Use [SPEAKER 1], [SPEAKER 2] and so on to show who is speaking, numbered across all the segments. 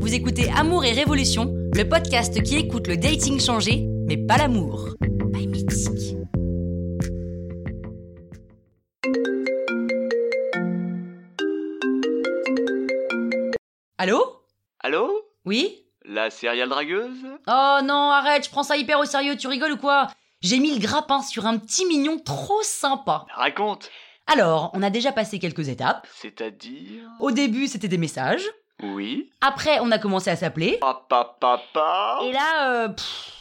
[SPEAKER 1] Vous écoutez Amour et Révolution, le podcast qui écoute le dating changé, mais pas l'amour. By Mythique. Allô
[SPEAKER 2] Allô
[SPEAKER 1] Oui
[SPEAKER 2] La céréale dragueuse
[SPEAKER 1] Oh non, arrête, je prends ça hyper au sérieux, tu rigoles ou quoi J'ai mis le grappin sur un petit mignon trop sympa.
[SPEAKER 2] Raconte
[SPEAKER 1] Alors, on a déjà passé quelques étapes.
[SPEAKER 2] C'est-à-dire
[SPEAKER 1] Au début, c'était des messages.
[SPEAKER 2] Oui
[SPEAKER 1] Après, on a commencé à s'appeler.
[SPEAKER 2] Papa, papa
[SPEAKER 1] Et là, euh, pff,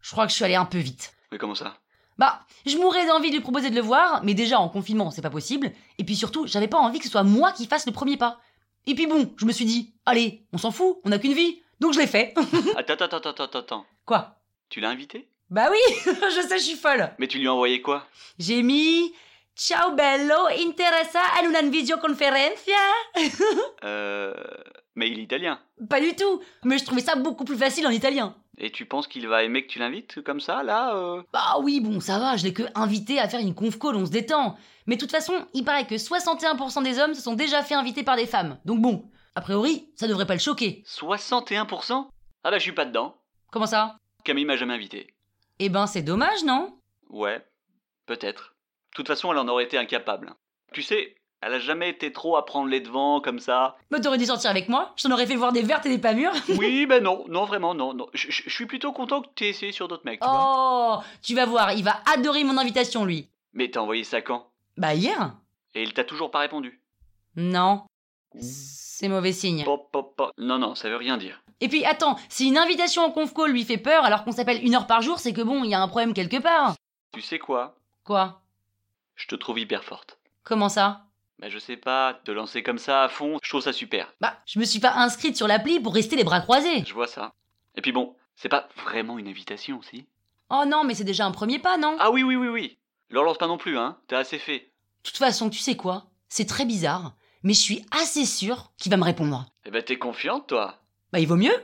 [SPEAKER 1] je crois que je suis allée un peu vite.
[SPEAKER 2] Mais comment ça
[SPEAKER 1] Bah, je mourrais d'envie de lui proposer de le voir, mais déjà en confinement, c'est pas possible. Et puis surtout, j'avais pas envie que ce soit moi qui fasse le premier pas. Et puis bon, je me suis dit, allez, on s'en fout, on n'a qu'une vie. Donc je l'ai fait.
[SPEAKER 2] Attends, attends, attends, attends, attends.
[SPEAKER 1] Quoi
[SPEAKER 2] Tu l'as invité
[SPEAKER 1] Bah oui, je sais, je suis folle.
[SPEAKER 2] Mais tu lui as envoyé quoi
[SPEAKER 1] J'ai mis Ciao bello, interessa a una videoconferenza.
[SPEAKER 2] Euh... Mais il est italien.
[SPEAKER 1] Pas du tout, mais je trouvais ça beaucoup plus facile en italien.
[SPEAKER 2] Et tu penses qu'il va aimer que tu l'invites comme ça, là euh
[SPEAKER 1] Bah oui, bon, ça va, je l'ai que invité à faire une conf call, on se détend. Mais de toute façon, il paraît que 61% des hommes se sont déjà fait inviter par des femmes. Donc bon, a priori, ça devrait pas le choquer.
[SPEAKER 2] 61% Ah bah je suis pas dedans.
[SPEAKER 1] Comment ça
[SPEAKER 2] Camille m'a jamais invité.
[SPEAKER 1] Eh ben, c'est dommage, non
[SPEAKER 2] Ouais, peut-être. De toute façon, elle en aurait été incapable. Tu sais, elle a jamais été trop à prendre les devants comme ça.
[SPEAKER 1] Bah t'aurais dû sortir avec moi, je t'en aurais fait voir des vertes et des pas mûres.
[SPEAKER 2] Oui, ben non, non, vraiment, non, non. Je je- je suis plutôt content que tu aies essayé sur d'autres mecs, tu vois.
[SPEAKER 1] Oh, tu vas voir, il va adorer mon invitation, lui.
[SPEAKER 2] Mais t'as envoyé ça quand
[SPEAKER 1] Bah hier
[SPEAKER 2] Et il t'a toujours pas répondu.
[SPEAKER 1] Non. C'est mauvais signe.
[SPEAKER 2] Pop, pop, pop. Non, non, ça veut rien dire.
[SPEAKER 1] Et puis attends, si une invitation en conf call lui fait peur alors qu'on s'appelle une heure par jour, c'est que bon, il y a un problème quelque part.
[SPEAKER 2] Tu sais quoi
[SPEAKER 1] Quoi
[SPEAKER 2] Je te trouve hyper forte.
[SPEAKER 1] Comment ça
[SPEAKER 2] Bah je sais pas, te lancer comme ça à fond, je trouve ça super.
[SPEAKER 1] Bah, je me suis pas inscrite sur l'appli pour rester les bras croisés.
[SPEAKER 2] Je vois ça. Et puis bon, c'est pas vraiment une invitation, si
[SPEAKER 1] Oh non, mais c'est déjà un premier pas, non
[SPEAKER 2] Ah oui, oui, oui, oui. Leur lance pas non plus, hein. T'as assez fait.
[SPEAKER 1] De toute façon, tu sais quoi C'est très bizarre, mais je suis assez sûre qu'il va me répondre.
[SPEAKER 2] Eh ben t'es confiante, toi
[SPEAKER 1] Bah, il vaut mieux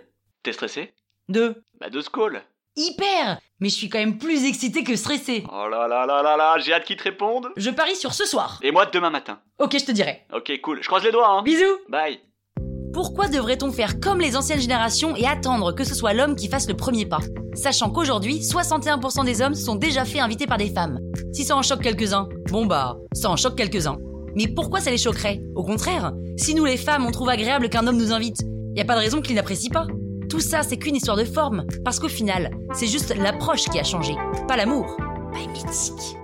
[SPEAKER 2] T'es stressée
[SPEAKER 1] Deux.
[SPEAKER 2] Bah deux scalls.
[SPEAKER 1] Hyper Mais je suis quand même plus excitée que stressée.
[SPEAKER 2] Oh là là là là là, j'ai hâte qu'ils te répondent.
[SPEAKER 1] Je parie sur ce soir.
[SPEAKER 2] Et moi demain matin.
[SPEAKER 1] Ok, je te dirai.
[SPEAKER 2] Ok, cool. Je croise les doigts, hein.
[SPEAKER 1] Bisous
[SPEAKER 2] Bye.
[SPEAKER 1] Pourquoi devrait-on faire comme les anciennes générations et attendre que ce soit l'homme qui fasse le premier pas Sachant qu'aujourd'hui, 61% des hommes se sont déjà fait inviter par des femmes. Si ça en choque quelques-uns, bon bah, ça en choque quelques-uns. Mais pourquoi ça les choquerait Au contraire, si nous les femmes, on trouve agréable qu'un homme nous invite, y a pas de raison qu'il n'apprécie pas. Tout ça, c'est qu'une histoire de forme, parce qu'au final, c'est juste l'approche qui a changé, pas l'amour. Pas mythique.